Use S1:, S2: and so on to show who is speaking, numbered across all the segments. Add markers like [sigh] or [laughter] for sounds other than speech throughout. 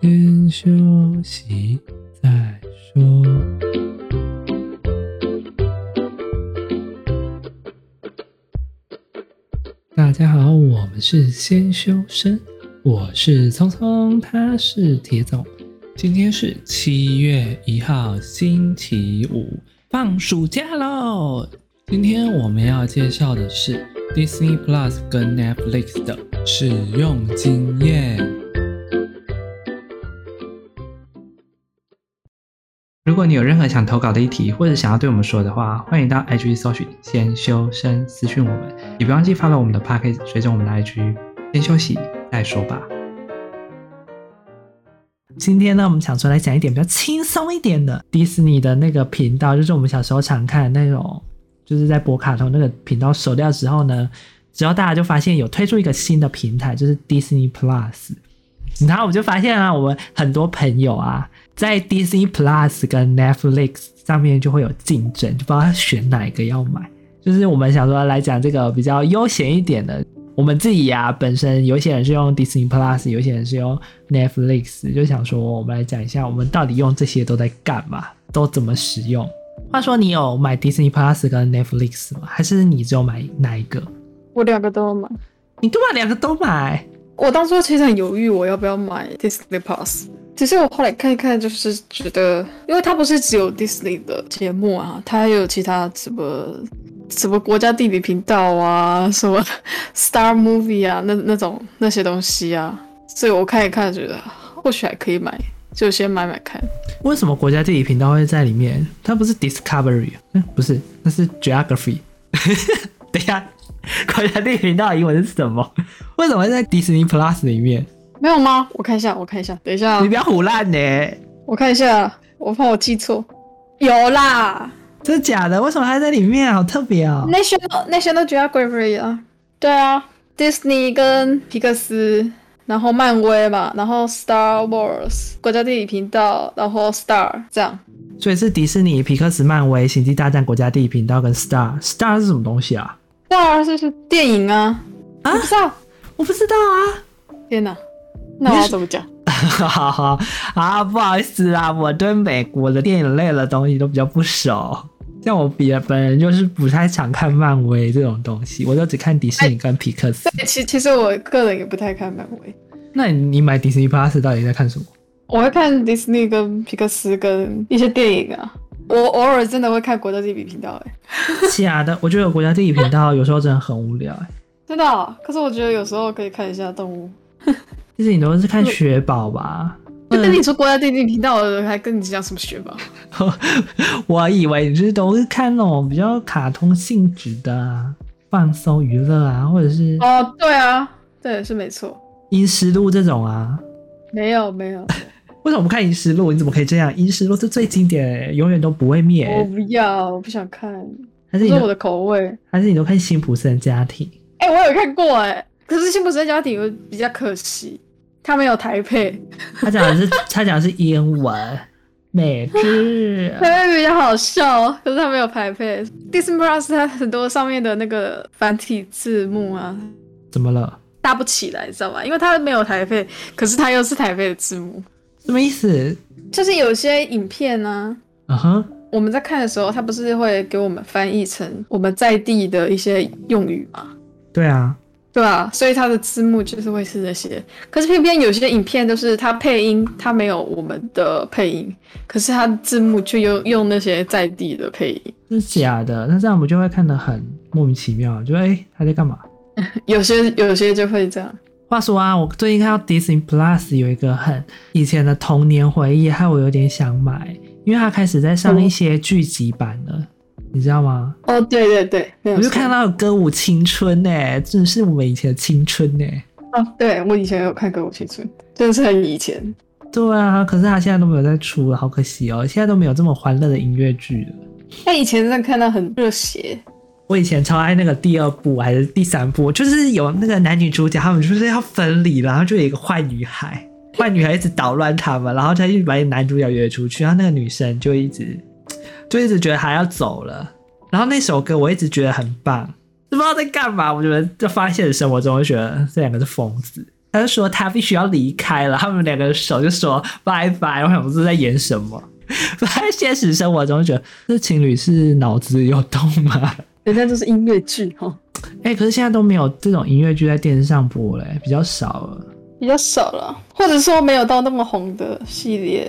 S1: 先休息再说。大家好，我们是先修身，我是聪聪，他是铁总。今天是七月一号，星期五，放暑假喽！今天我们要介绍的是 Disney Plus 跟 Netflix 的使用经验。
S2: 如果你有任何想投稿的议题，或者想要对我们说的话，欢迎到 IG 搜寻“先修身”私讯我们，也不忘记发到我们的 p a c k a g e 随着我们的 IG。先休息再说吧。
S3: 今天呢，我们想说来讲一点比较轻松一点的迪士尼的那个频道，就是我们小时候常看的那种，就是在博卡通那个频道收掉之后呢，之后大家就发现有推出一个新的平台，就是 Disney Plus。然后我就发现啊，我们很多朋友啊，在 Disney Plus 跟 Netflix 上面就会有竞争，就不知道选哪一个要买。就是我们想说来讲这个比较悠闲一点的，我们自己啊本身有些人是用 Disney Plus，有些人是用 Netflix，就想说我们来讲一下我们到底用这些都在干嘛，都怎么使用。话说你有买 Disney Plus 跟 Netflix 吗？还是你只有买哪一个？
S4: 我两个都要买。
S3: 你干嘛两个都买？
S4: 我当初其实很犹豫，我要不要买 Disney Plus。只是我后来看一看，就是觉得，因为它不是只有 Disney 的节目啊，它还有其他什么什么国家地理频道啊，什么 [laughs] Star Movie 啊，那那种那些东西啊，所以我看一看，觉得啊或许还可以买，就先买买看。
S3: 为什么国家地理频道会在里面？它不是 Discovery，嗯，不是，那是 Geography。等一下，国家地理频道的英文是什么？为什么会在 Disney Plus 里面？
S4: 没有吗？我看一下，我看一下，等一下
S3: 你，不要胡乱呢、
S4: 我看一下，我怕我记错。有啦
S3: 真的假的？为什么还在里面啊？好特别哦！
S4: ，National National Geography 啊，对啊，Disney 跟皮克斯，然后漫威嘛，然后 Star Wars 国家地理频道，然后 Star 这样。
S3: 所以是迪士尼、皮克斯、漫威、星际大战、国家地理频道跟 Star。Star 是什么东西啊？
S4: Star 就是电影啊，
S3: 啊
S4: 我不知道，
S3: 我不知道啊。
S4: 天哪，那我要怎么讲？
S3: 哈哈 [laughs] 啊，不好意思啊，我对美国的电影类的东西都比较不熟。像我比本人就是不太常看漫威这种东西，我都只看迪士尼跟皮克斯。
S4: 其其实我个人也不太看漫威，
S3: [laughs] 那你你买迪士尼 Plus 到底在看什么？
S4: 我会看 Disney 跟皮克斯跟一些电影啊，我偶尔真的会看国家地理频道、欸，
S3: 假的，我觉得国家地理频道有时候真的很无聊、欸。
S4: 真的啊、可是我觉得有时候可以看一下动物。
S3: 其实你都是看雪宝吧？ [laughs]
S4: 就跟你说国家地理频道的人还跟你讲什么学吧？
S3: 我以为你是都是看那种比较卡通性质的、啊、放松娱乐啊，或者是《
S4: 哦，对啊，对，是没错。
S3: 阴尸路》这种啊。
S4: 没有没有，
S3: 为什么不看《阴尸路》？你怎么可以这样？《阴尸路》是最经典的，永远都不会灭、
S4: 我不要，我不想看，
S3: 还是你
S4: 不哦是
S3: 都
S4: 我的口味。
S3: 还是你都看《辛普森家庭
S4: 哎、我有看过哎、可是《辛普森家庭》比较可惜，他没有台配，》？
S3: 他讲的是他讲的是英文，美剧。
S4: 台配比较好笑，可是他没有台配。Disney Plus 它很多上面的那个繁体字幕啊，
S3: 怎么了？
S4: 搭不起来，你知道吗？因为它没有台配，可是它又是台配的字幕，
S3: 什么意思？
S4: 就是有些影片呢、啊。
S3: 啊哈，
S4: 我们在看的时候，他不是会给我们翻译成我们在地的一些用语嘛，
S3: 对啊，
S4: 对吧、所以它的字幕就是会是这些。可是偏偏有些影片就是它配音，它没有我们的配音，可是它的字幕却用用那些在地的配音。
S3: 是
S4: [laughs]
S3: 假的。那这样我们就会看得很莫名其妙，就哎、诶他在干嘛？
S4: 有些有些就会这样，
S3: 话说啊，我最近看到 Disney Plus 有一个很以前的童年回忆，害我有点想买，因为它开始在上一些剧集版了，你知道吗？
S4: 哦，对对对，没有
S3: 我就
S4: 错
S3: 看到有歌舞青春呢、真的是我们以前的青春呢、欸
S4: 哦，对我以前有看《歌舞青春》，真的是很以前。
S3: 对啊，可是它现在都没有在出了，好可惜哦！现在都没有这么欢乐的音乐剧了。
S4: 但以前真的看到很热血，
S3: 我以前超爱那个第二部还是第三部，就是有那个男女主角他们就是要分离了，然后就有一个坏女孩，坏女孩一直捣乱他们，然后他就把男主角约出去，然后那个女生就一直就一直觉得还要走了，然后那首歌我一直觉得很棒，不知道在干嘛，我觉得就发现实生活中就觉得这两个是疯子。他就说他必须要离开了，他们两个手就说拜拜。 [laughs] 我想不是在演什么， [laughs] 在现实生活中就觉得这情侣是脑子有洞吗？
S5: 人家就是音乐剧哈，
S3: 哎、可是现在都没有这种音乐剧在电视上播嘞、哎比较少了，
S4: 比较少了，或者说没有到那么红的系列。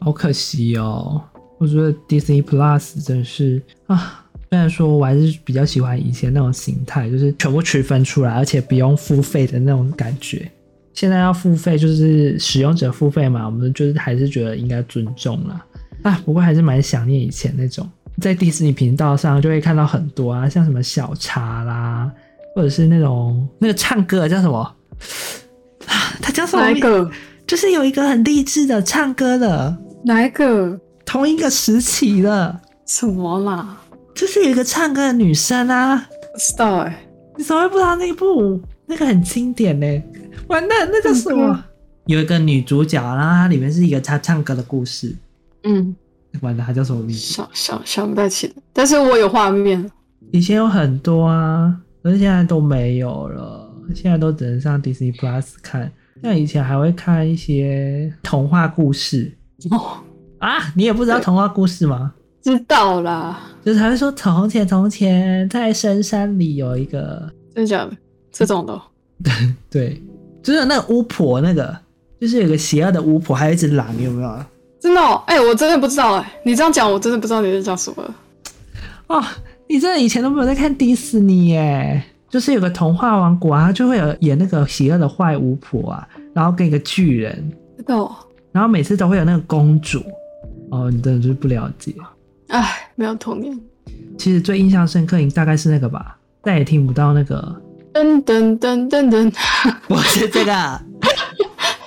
S3: 好可惜哦。我觉得 Disney Plus 真是啊，虽然说我还是比较喜欢以前那种形态，就是全部区分出来，而且不用付费的那种感觉。现在要付费，就是使用者付费嘛，我们就是还是觉得应该尊重啦。啊，不过还是蛮想念以前那种，在迪士尼频道上就会看到很多啊，像什么小茶啦，或者是那种那个唱歌的叫什么啊，他叫什么
S5: 哪
S3: 名？
S5: 一个？
S3: 就是有一个很励志的唱歌的，
S5: 哪一个？
S3: 同一个时期的，
S5: 什么啦？
S3: 就是有一个唱歌的女生啊，
S5: 不知道哎、
S4: 欸
S3: 你怎么会不知道那部？那个很经典呢、完蛋，那叫什么？有一个女主角，然后它里面是一个她唱歌的故事。
S5: 嗯，
S3: 完了，她叫什么名字？
S4: 想想想不太起来，但是我有画面。 [laughs]
S3: 以前有很多啊，可是现在都没有了，现在都只能上 Disney Plus 看。像以前还会看一些童话故事
S5: 哦
S3: 啊，你也不知道童话故事吗？
S4: 知道啦，
S3: 就是还会说从前从前在深山里有一个，
S4: 真的假的？
S5: 这种的哦，
S3: 对，就是那个巫婆那个，就是有个邪恶的巫婆，还有一只狼，有没有啊？
S4: 真的、哦？哎、我真的不知道哎、你这样讲，我真的不知道你在讲什么。
S3: 哦，你真的以前都没有在看迪士尼耶？就是有个童话王国啊，就会有演那个邪恶的坏巫婆啊，然后跟一个巨人，
S4: 真的、哦？
S3: 然后每次都会有那个公主。哦，你真的就是不了解。
S4: 哎，没有童年。
S3: 其实最印象深刻，你大概是那个吧，再也听不到那个，
S4: 噔噔噔噔噔，
S3: 不是这个，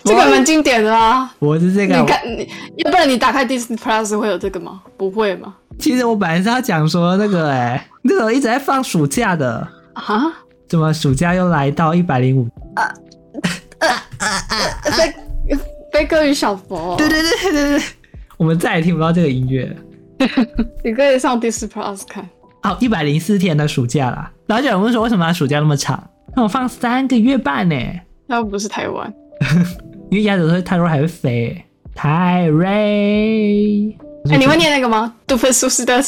S4: 这个蛮经典的啊。
S3: 不是这
S4: 你
S3: 个。我
S4: 看，你要不然你打开 Disney Plus 会有这个吗？不会吗？
S3: 其实我本来是要讲说那个、哎，那种一直在放暑假的，
S4: 啊？
S3: 怎么暑假又来到一百零五？
S4: 贝贝克与小佛，哦
S3: 对对对对对对，我们再也听不到这个音乐了。
S4: 你可以上 Disney Plus 看。
S3: 哦，一百零四天的暑假啦。然后就有人问说，为什么他暑假那么长？那我放三个月半呢、
S4: 那不是台湾，
S3: 因为鸭子说泰瑞还会飞、欸，泰瑞。
S4: 哎、你会念那个吗？杜芬苏斯的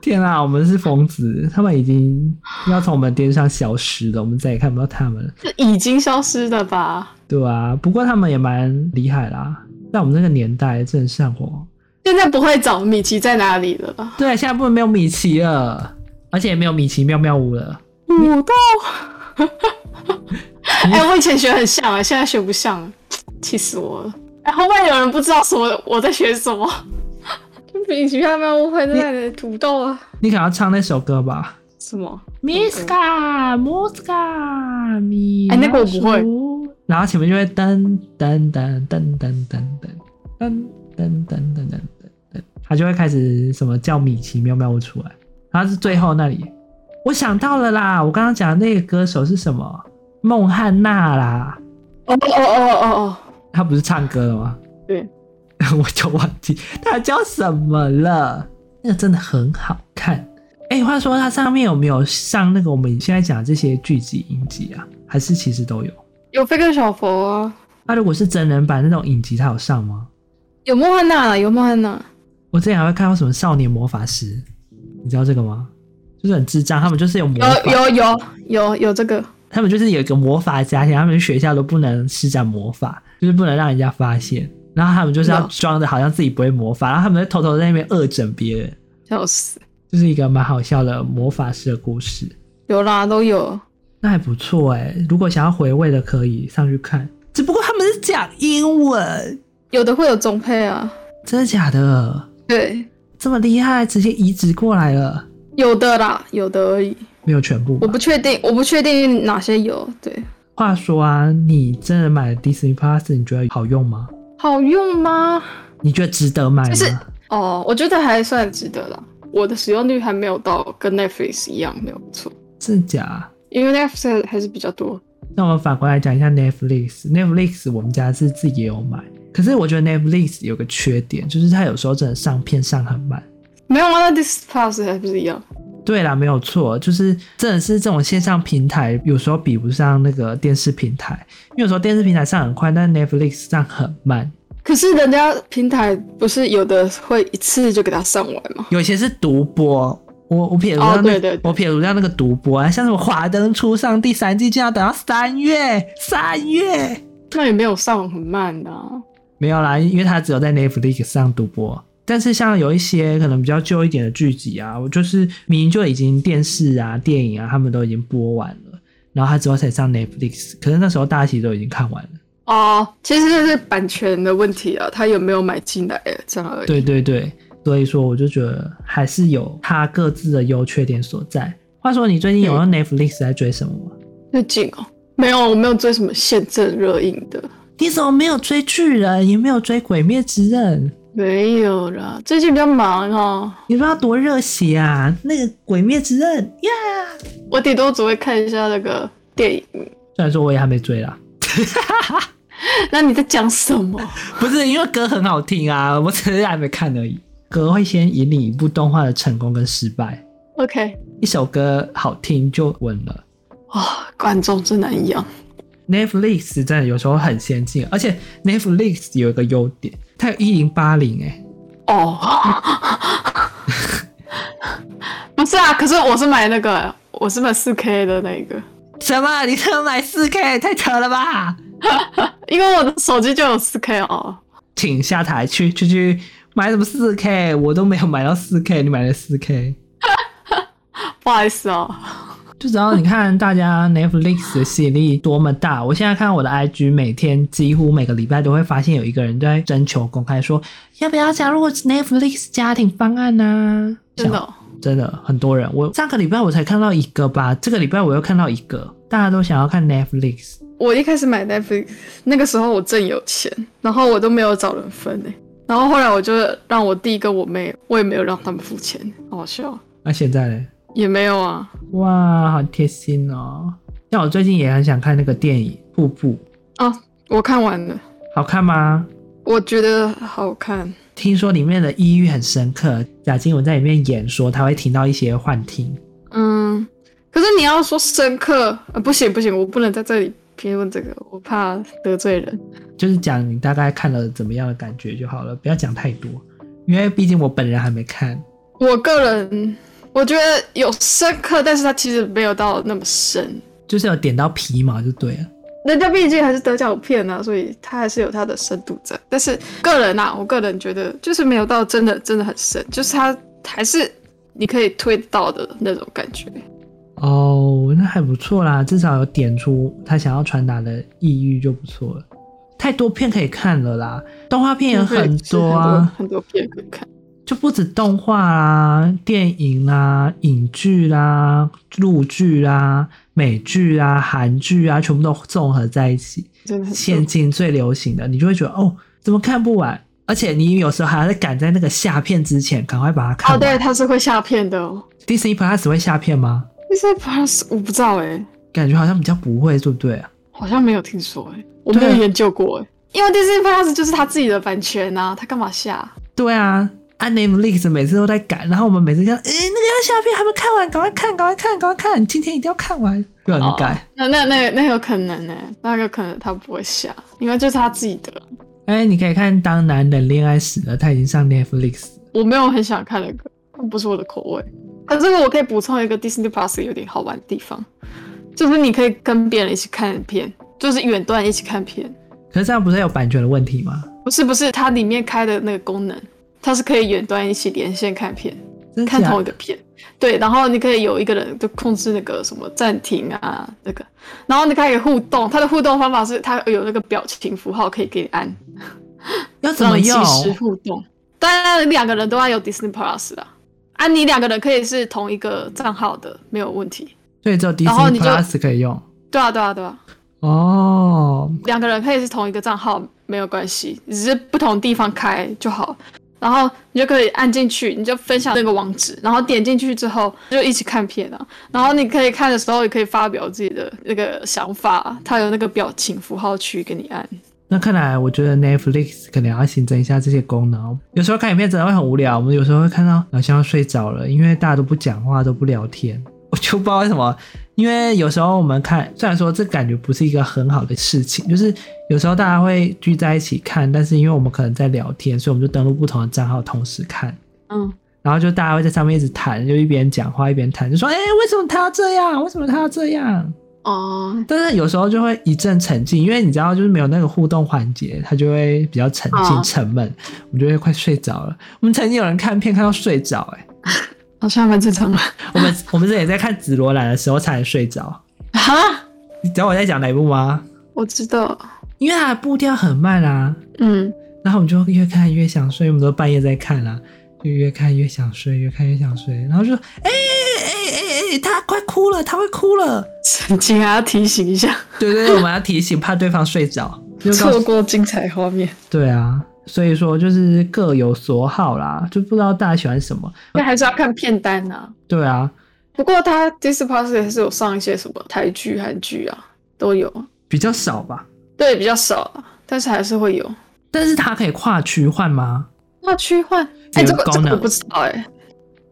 S3: 天啊，我们是疯子，他们已经要从我们电视上消失了，我们再也看不到他们了，
S4: 已经消失了吧？
S3: 对啊？不过他们也蛮厉害啦，在我们那个年代真的上火。
S4: 现在不会找米奇在哪里了吧？
S3: 对，啊现在不能没有米奇了，而且也没有米奇妙妙屋了。
S4: 我到， [laughs] 哎、我以前学很像啊，现在学不像了，气死我了！哎、后面有人不知道什么我在学什么，就比起他们误会在那里土豆啊，
S3: 你可能要唱那首歌吧？
S4: 什么
S3: Miska Muska 米，
S4: 哎那个我不会。
S3: 然后前面就会噔噔噔噔噔噔噔噔噔噔噔噔噔噔，他就会开始什么叫米奇妙妙屋出来，然后是最后那里，我想到了啦，我刚刚讲的那个歌手是什么？孟汉娜啦，
S4: 哦哦哦哦哦，
S3: 她不是唱歌的吗？
S4: 对，
S3: [laughs] 我就忘记她叫什么了。那个真的很好看。哎、话说它上面有没有上那个我们现在讲的这些剧集影集啊？还是其实都有？
S4: 有飞哥小佛啊，
S3: 那、如果是真人版那种影集，它有上吗？
S4: 有莫汉娜了，有莫汉娜，
S3: 我之前还会看到什么少年魔法师，你知道这个吗？就是很智障，他们就是有魔法，
S4: 有有有有有这个，
S3: 他们就是有一个魔法家庭，他们学校都不能施展魔法，就是不能让人家发现。然后他们就是要
S4: 嗯
S3: 装的好像自己不会魔法，然后他们就偷偷在那边恶整别人，
S4: 笑死，
S3: 就是一个蛮好笑的魔法师的故事。
S4: 有啦都有，
S3: 那还不错哎、如果想要回味的，可以上去看。只不过他们是讲英文，
S4: 有的会有中配啊，
S3: 真的假的？
S4: 对，
S3: 这么厉害，直接移植过来了？
S4: 有的啦，有的而已，
S3: 没有全部吧
S4: 我不确定，我不确定哪些有，对。
S3: 话说啊，你真的买了 Disney Plus，你觉得好用吗？
S4: 好用吗？
S3: 你觉得值得买吗？
S4: 就是哦，我觉得还算值得啦。我的使用率还没有到跟 Netflix 一样没有错，
S3: 真的假？
S4: 因为 Netflix 还是比较多。
S3: 那我们反过来讲一下 Netflix。Netflix 我们家是自己也有买，可是我觉得 Netflix 有个缺点，就是它有时候真的上片上很慢。
S4: 没有啊，那 Disney Plus 还不是一样？
S3: 对啦，没有错，就是真的是这种线上平台，有时候比不上那个电视平台，因为有时候电视平台上很快，但 Netflix 上很慢。
S4: 可是人家平台不是有的会一次就给他上完吗？
S3: 有些是独播。我我撇除掉那、
S4: 哦对对对
S3: 我撇除掉那个独播啊，像什么《华灯初上》第三季，竟然要等到三月，三月
S4: 那也没有上很慢的、啊。
S3: 没有啦，因为它只有在 Netflix 上独播。但是像有一些可能比较旧一点的剧集啊，我就是明明就已经电视啊、电影啊，他们都已经播完了，然后它之后才上 Netflix，可是那时候大家其实都已经看完了。
S4: 哦，其实这是版权的问题啊，他有没有买进来啊这样而已。
S3: 对对对，所以说我就觉得还是有它各自的优缺点所在。话说你最近有用 Netflix 在追什么吗？
S4: 最近哦，没有，我没有追什么现正热映的，
S3: 你怎么没有追巨人，也没有追鬼灭之刃？
S4: 没有啦。最近比较忙哦，
S3: 你不知道多热血啊！那个鬼灭之刃呀
S4: 我顶多只会看一下那个电影。
S3: 虽然说我也还没追啦，
S4: 那你在讲什么？
S3: 不是因为歌很好听啊， [laughs] 我只是还没看而已。歌会先引领一部动画的成功跟失败，
S4: [laughs] OK，
S3: 一首歌好听就稳了。
S4: 哇、观众真难养。
S3: Netflix 真的有时候很先进，而且 Netflix 有一个优点，它有一零八零哎，
S4: [laughs] 哦，不是啊，可是我是买那个，我是买四 K 的那个，
S3: 什么？你特买四 K 太扯了吧？
S4: 因为我的手机就有四 K 哦。
S3: 请下台去去去买什么四 K，我都没有买到四 K，你买了四 K。
S4: 不好意思哦，
S3: 就只要你看大家 Netflix 的吸引力多么大，我现在看我的 IG，每天几乎每个礼拜都会发现有一个人在征求公开说要不要加入 Netflix 家庭方案呢、啊？
S4: 真的
S3: 想
S4: 哦、
S3: 真的很多人，我上个礼拜我才看到一个吧，这个礼拜我又看到一个，大家都想要看 Netflix。
S4: 我一开始买 Netflix，那个时候我正有钱，然后我都没有找人分哎、然后后来我就让我弟跟我妹，我也没有让他们付钱，好好笑，
S3: 那、现在呢？
S4: 也没有啊。
S3: 哇，好贴心哦！像我最近也很想看那个电影《瀑布》，
S4: 啊，我看完了，
S3: 好看吗？
S4: 我觉得好看。
S3: 听说里面的抑郁很深刻，贾静雯在里面演说，她会听到一些幻听。
S4: 嗯，可是你要说深刻，呃，不行不行，我不能在这里评论这个，我怕得罪人。
S3: 就是讲你大概看了怎么样的感觉就好了，不要讲太多，因为毕竟我本人还没看。
S4: 我个人我觉得有深刻，但是它其实没有到那么深。
S3: 就是有点到皮毛就对了。
S4: 人家毕竟还是得奖片啊，所以它还是有它的深度在。但是个人啊，我个人觉得就是没有到真的真的很深，就是它还是你可以推到的那种感觉。
S3: 哦，那还不错啦，至少有点出他想要传达的意欲就不错了。太多片可以看了啦，动画片也很多啊，
S4: 很多很多片可以看。
S3: 就不止动画啊、电影啦、影剧啦、陆剧啦、美剧啊、韩剧啊，全部都综合在一起。
S4: 真的很多
S3: 现今最流行的，你就会觉得哦，怎么看不完？而且你有时候还要在赶在那个下片之前，赶快把它
S4: 哦，
S3: 看完。
S4: 对，它是会下片的哦。
S3: Disney Plus 会下片吗？
S4: Disney Plus 我不知道哎、
S3: 感觉好像比较不会，对不对？啊
S4: 好像没有听说哎、我
S3: 对
S4: 没
S3: 啊
S4: 有研究过哎、因为 Disney Plus 就是他自己的版权呐、啊，他干嘛下？
S3: 对啊，按 Netflix 每次都在赶，然后我们每次讲，哎、那个要下片还没看完，赶快看，赶快看，赶快看，今天一定要看完，不然
S4: 哦
S3: 你改。
S4: 那那那那有可能呢、欸那有可能他不会下，因为就是他自己的。
S3: 哎、你可以看《当男人恋爱时》了，他已经上 Netflix。
S4: 我没有很想看那个，不是我的口味。可是我可以补充一个 Disney Plus 有点好玩的地方，就是你可以跟别人一起看片，就是远端一起看片。
S3: 可是这样不是有版权的问题吗？
S4: 不是不是，它里面开的那个功能，它是可以远端一起连线看片。
S3: 真的
S4: 看
S3: 假
S4: 同一
S3: 的？
S4: 个片，对，然后你可以有一个人就控制那个什么暂停啊，那个，然后你可以互动，它的互动方法是它有那个表情符号可以给你按，
S3: 要怎
S4: 让
S3: 么
S4: 你即
S3: 用？
S4: 时互动。当然，两个人都要有 Disney Plus 啦，啊，你两个人可以是同一个账号的，没有问题。
S3: 所以只有
S4: 然后
S3: Disney
S4: 你就
S3: Plus 可以用。
S4: 对啊，对啊，对啊，
S3: 哦，
S4: 两个人可以是同一个账号，没有关系，只是不同地方开就好。然后你就可以按进去，你就分享那个网址，然后点进去之后就一起看片啊。然后你可以看的时候，也可以发表自己的那个想法，它有那个表情符号区给你按。
S3: 那看来，我觉得 Netflix 可能要新增一下这些功能。哦有时候看影片真的会很无聊，我们有时候会看到好像要睡着了，因为大家都不讲话，都不聊天。 [laughs] 我就不知道为什么，因为有时候我们看，虽然说这感觉不是一个很好的事情，就是有时候大家会聚在一起看，但是因为我们可能在聊天，所以我们就登录不同的账号同时看。
S5: 嗯，
S3: 然后就大家会在上面一直谈，就一边讲话一边谈，就说：“哎、为什么他要这样？为什么他要这样？”
S5: 哦，
S3: 但是有时候就会一阵沉静，因为你知道，就是没有那个互动环节，它就会比较沉静、
S5: 哦
S3: 沉闷，我们就会快睡着了。我们曾经有人看片看到睡着、欸，
S4: 好像还蛮正常的。 [laughs]
S3: 我们我们这也在看紫罗兰的时候才能睡着。
S4: 哈，
S3: 你知道我在讲哪一部吗？
S4: 我知道，
S3: 因为它的步调很慢啊，
S4: 嗯，
S3: 然后我们就越看越想睡，我们都半夜在看啦、啊就越看越想睡，越看越想睡，然后就说：“哎哎哎哎，他快哭了，他会哭 [laughs] 了。
S4: 神经还要提醒一下，”
S3: 对对对，我们要提醒，怕对方睡 [laughs] 着，就告诉
S4: 错过精彩画面。
S3: 对啊，所以说就是各有所好啦，就不知道大家喜欢什么。
S5: 那还是要看片单啊。
S3: 对啊，
S4: 不过他 Disney Plus 也是有上一些什么台剧、韩剧啊，都有。
S3: 比较少吧，
S4: 对，比较少啊，但是还是会有。
S3: 但是它可以跨区换吗？
S4: 那切换，哎、
S3: 有
S4: 这个
S3: 功
S4: 这
S3: 能
S4: 个我不知道哎、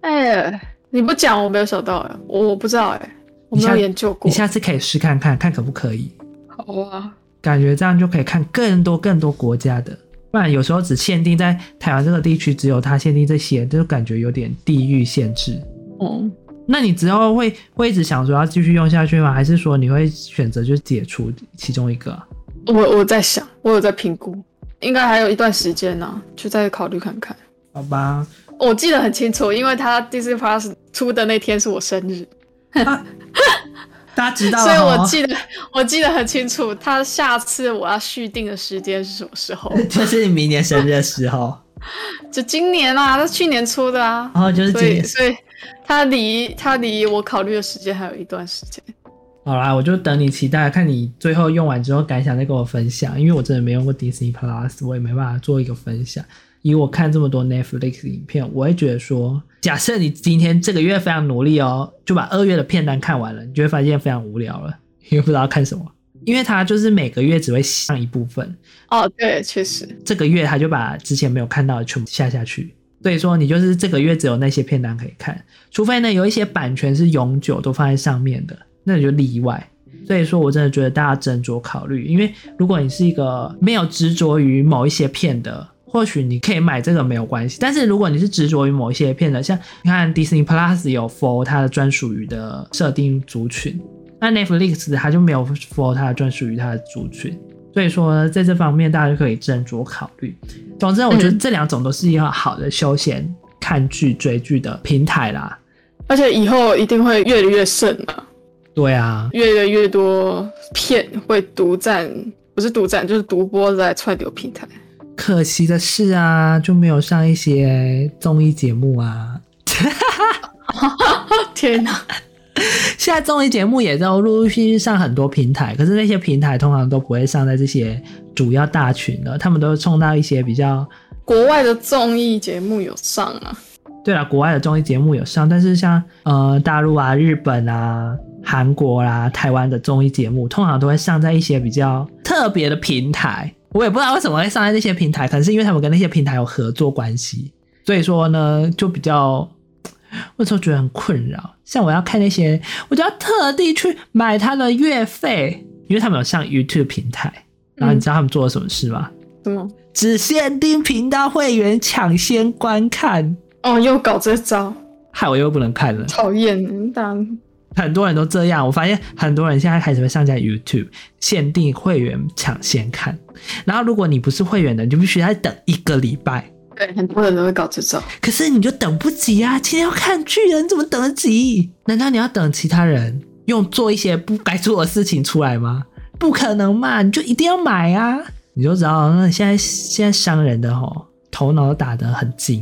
S4: 哎、你不讲我没有想到哎、我我不知道哎、我没
S3: 你下
S4: 有研究过
S3: 你。下次可以试看看，看可不可以？
S4: 好啊，
S3: 感觉这样就可以看更多更多国家的，不然有时候只限定在台湾这个地区，只有它限定这些，就感觉有点地域限制。哦
S4: 嗯，
S3: 那你之后会会一直想说要继续用下去吗？还是说你会选择就解除其中一个啊？
S4: 我我在想，我有在评估，应该还有一段时间呢、就再考虑看看。
S3: 好
S4: [laughs]
S3: 吧，
S4: 我记得很清楚，因为他 Disney Plus 出的那天是我生日，
S3: 啊大家知道
S4: 所
S3: 了
S4: 以
S3: 哦，
S4: 我记得我记得很清楚，他下次我要续订的时间是什么时候？
S3: [laughs] 就是你明年生日的时
S4: [laughs]
S3: 候。
S4: 就今年啊，他去年出的啊，
S3: 然后就是
S4: 所
S3: 今
S4: 以
S3: 年。
S4: 所以他离他离我考虑的时间还有一段时间。
S3: 好啦，我就等你期待，看你最后用完之后感想再跟我分享，因为我真的没用过 Disney Plus，我也没办法做一个分享。以我看这么多 Netflix 影片，我会觉得说，假设你今天这个月非常努力哦，就把二月的片单看完了，你就会发现非常无聊了，因为不知道看什么。因为它就是每个月只会上一部分，
S4: 哦，对，确实，
S3: 这个月他就把之前没有看到的全部下下去。所以说，你就是这个月只有那些片单可以看，除非呢有一些版权是永久都放在上面的，那你就例外。所以说我真的觉得大家斟酌考虑，因为如果你是一个没有执着于某一些片的，或许你可以买这个没有关系。但是如果你是执着于某一些片的，像你看 Disney Plus 有 for 它的专属于的设定族群，那 Netflix 它就没有 for 它的专属于它的族群。所以说，在这方面大家就可以斟酌考虑。总之，我觉得这两种都是一个好的休闲看剧、追剧的平台啦。
S4: 而且以后一定会越来越盛啊，
S3: 对啊，
S4: 越来越多片会独占，不是独占，就是独播在串流平台。
S3: 可惜的是啊，就没有上一些综艺节目啊。
S4: [laughs] 天哪，
S3: 现在综艺节目也都陆陆续续上很多平台，可是那些平台通常都不会上在这些主要大群的，他们都冲到一些比较
S4: [laughs] 国外的综艺节目有上啊，
S3: 对了，国外的综艺节目有上，但是像呃大陆啊、日本啊、韩国啦、台湾的综艺节目，通常都会上在一些比较特别的平台。我也不知道为什么会上在那些平台，可能是因为他们跟那些平台有合作关系，所以说呢，就比较我有时候觉得很困扰。像我要看那些，我就要特地去买他的月费，因为他们有上 YouTube 平台。然后你知道他们做了什么事吗？
S4: 什么？
S3: 只限定频道会员抢先观看，
S4: 哦，又搞这招，
S3: 害我又不能看了。
S4: 讨厌！当然，
S3: 很多人都这样，我发现很多人现在开始会上架 YouTube，限定会员抢先看。然后如果你不是会员的，你就必须再等一个礼拜。
S4: 对，很多人都会搞这招。
S3: 可是你就等不及啊！今天要看剧了，你怎么等得及？难道你要等其他人用做一些不该做的事情出来吗？不可能嘛！你就一定要买啊！你就知道，那现在现在商人的吼头脑都打得很精，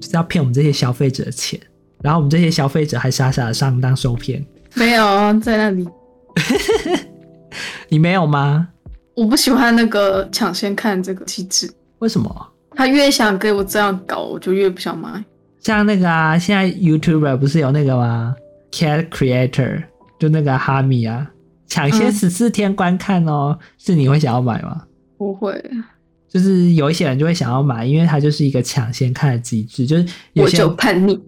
S3: 就是要骗我们这些消费者的钱，然后我们这些消费者还傻傻的上当受骗。
S4: 没有啊在那里，
S3: 你没有吗？
S4: 我不喜欢那个抢先看这个机制。
S3: 为什么？
S4: 他越想给我这样搞，我就越不想买。
S3: 像那个啊，现在 YouTuber 不是有那个吗？Cat Creator 就那个哈米啊，抢先
S4: 嗯
S3: 十四天观看哦，是你会想要买吗？
S4: 不会，
S3: 就是有一些人就会想要买，因为它就是一个抢先看的机制，就是有
S4: 我
S3: 些
S4: 就
S3: 人
S4: 叛
S3: [laughs]
S4: 逆。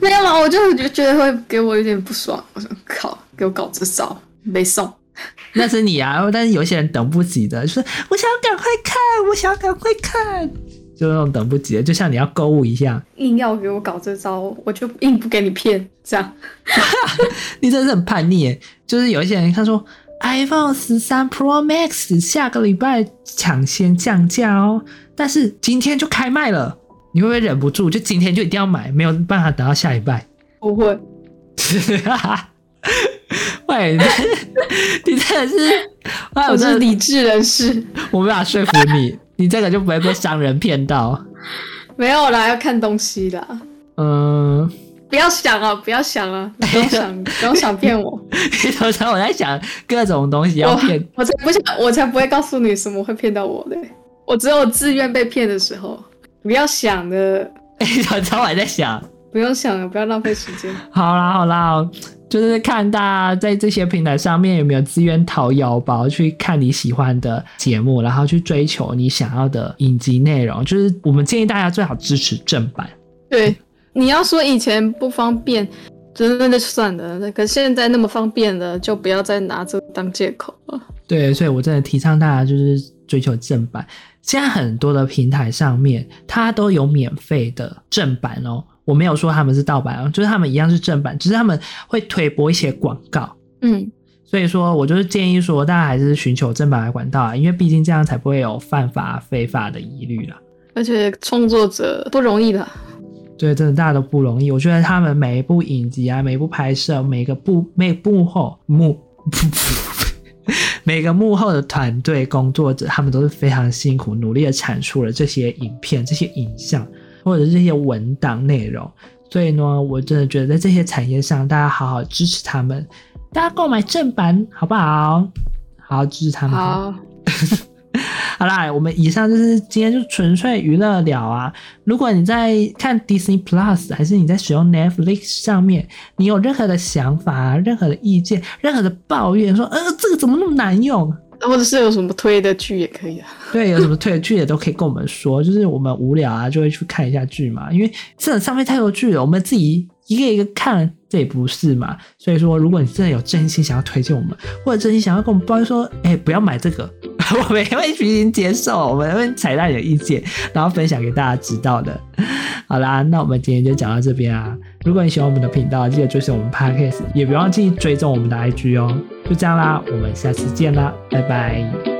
S4: 没有啦，我就我就觉得会给我有点不爽。我说靠，给我搞这招，没送。
S3: 那是你啊， [laughs] 但是有一些人等不及的，就是我想要赶快看，我想要赶快看，就那种等不及的，就像你要购物一样，
S4: 硬要给我搞这招，我就硬不给你骗，这样
S3: 你真的是很叛逆耶。就是有一些人他说 iPhone 十三 Pro Max 下个礼拜抢先降价哦，但是今天就开卖了，你会不会忍不住就今天就一定要买，没有办法等到下礼拜？ [laughs]
S4: 不会。
S3: 喂，你你真的是，哇
S4: 我
S3: 我真
S4: 是
S3: 的
S4: 理智人士， [laughs]
S3: 我没办法说服你，你这个就不会被商人骗到。
S4: 没有啦，要看东西啦。
S3: 嗯， [laughs]
S4: 不要想啊，不要想啊，你不用想，不用想骗我。
S3: 有时候我在想各种东西要骗，
S4: 我才不想，我才不会告诉你什么会骗到我的。我只有自愿被骗的时候，不要想的，
S3: 有时候我还在想，
S4: 不用想了，不要浪费时间。
S3: 好啦好啦，就是看大家在这些平台上面有没有资源掏腰包去看你喜欢的节目，然后去追求你想要的影集内容。就是我们建议大家最好支持正版。
S6: 对，
S4: 你要说以前不方便，真的就算了，可现在那么方便了，就不要再拿这个当借口了。
S3: 对，所以我真的提倡大家就是追求正版。现在很多的平台上面，它都有免费的正版哦。我没有说他们是盗版哦，就是他们一样是正版，只是他们会推播一些广告。
S6: 嗯，
S3: 所以说我就是建议说，大家还是寻求正版的管道啊，因为毕竟这样才不会有犯法、非法的疑虑啊啦。
S4: 而且创作者不容易啦，
S3: 对，真的大家都不容易。我觉得他们每一部影集啊，每一部拍摄，每个部每幕后幕， [laughs] 每个幕后的团队工作者，他们都是非常辛苦、努力的产出了这些影片、这些影像或者是这些文档内容。所以呢，我真的觉得在这些产业上，大家好好支持他们，大家购买正版好不好？好好支持他们。
S4: 好，
S3: [laughs] 好啦，我们以上就是今天就纯粹娱乐了啊。如果你在看 Disney Plus，还是你在使用 Netflix 上面，你有任何的想法、啊任何的意见、任何的抱怨，说呃这个怎么那么难用？
S4: 或者是有什么推的剧也可以啊。
S3: 对，有什么退剧也都可以跟我们说，就是我们无聊啊就会去看一下剧嘛，因为这上面太多剧了，我们自己一个一个看这也不是嘛。所以说，如果你真的有真心想要推荐我们，或者真心想要跟我们抱怨说，哎、不要买这个， [laughs] 我们也会虚心接受，我们会采纳你的意见，然后分享给大家知道的。好啦，那我们今天就讲到这边啊。如果你喜欢我们的频道，记得追随我们 podcast，也别忘记追踪我们的 IG 哦。就这样啦，我们下次见啦，拜拜。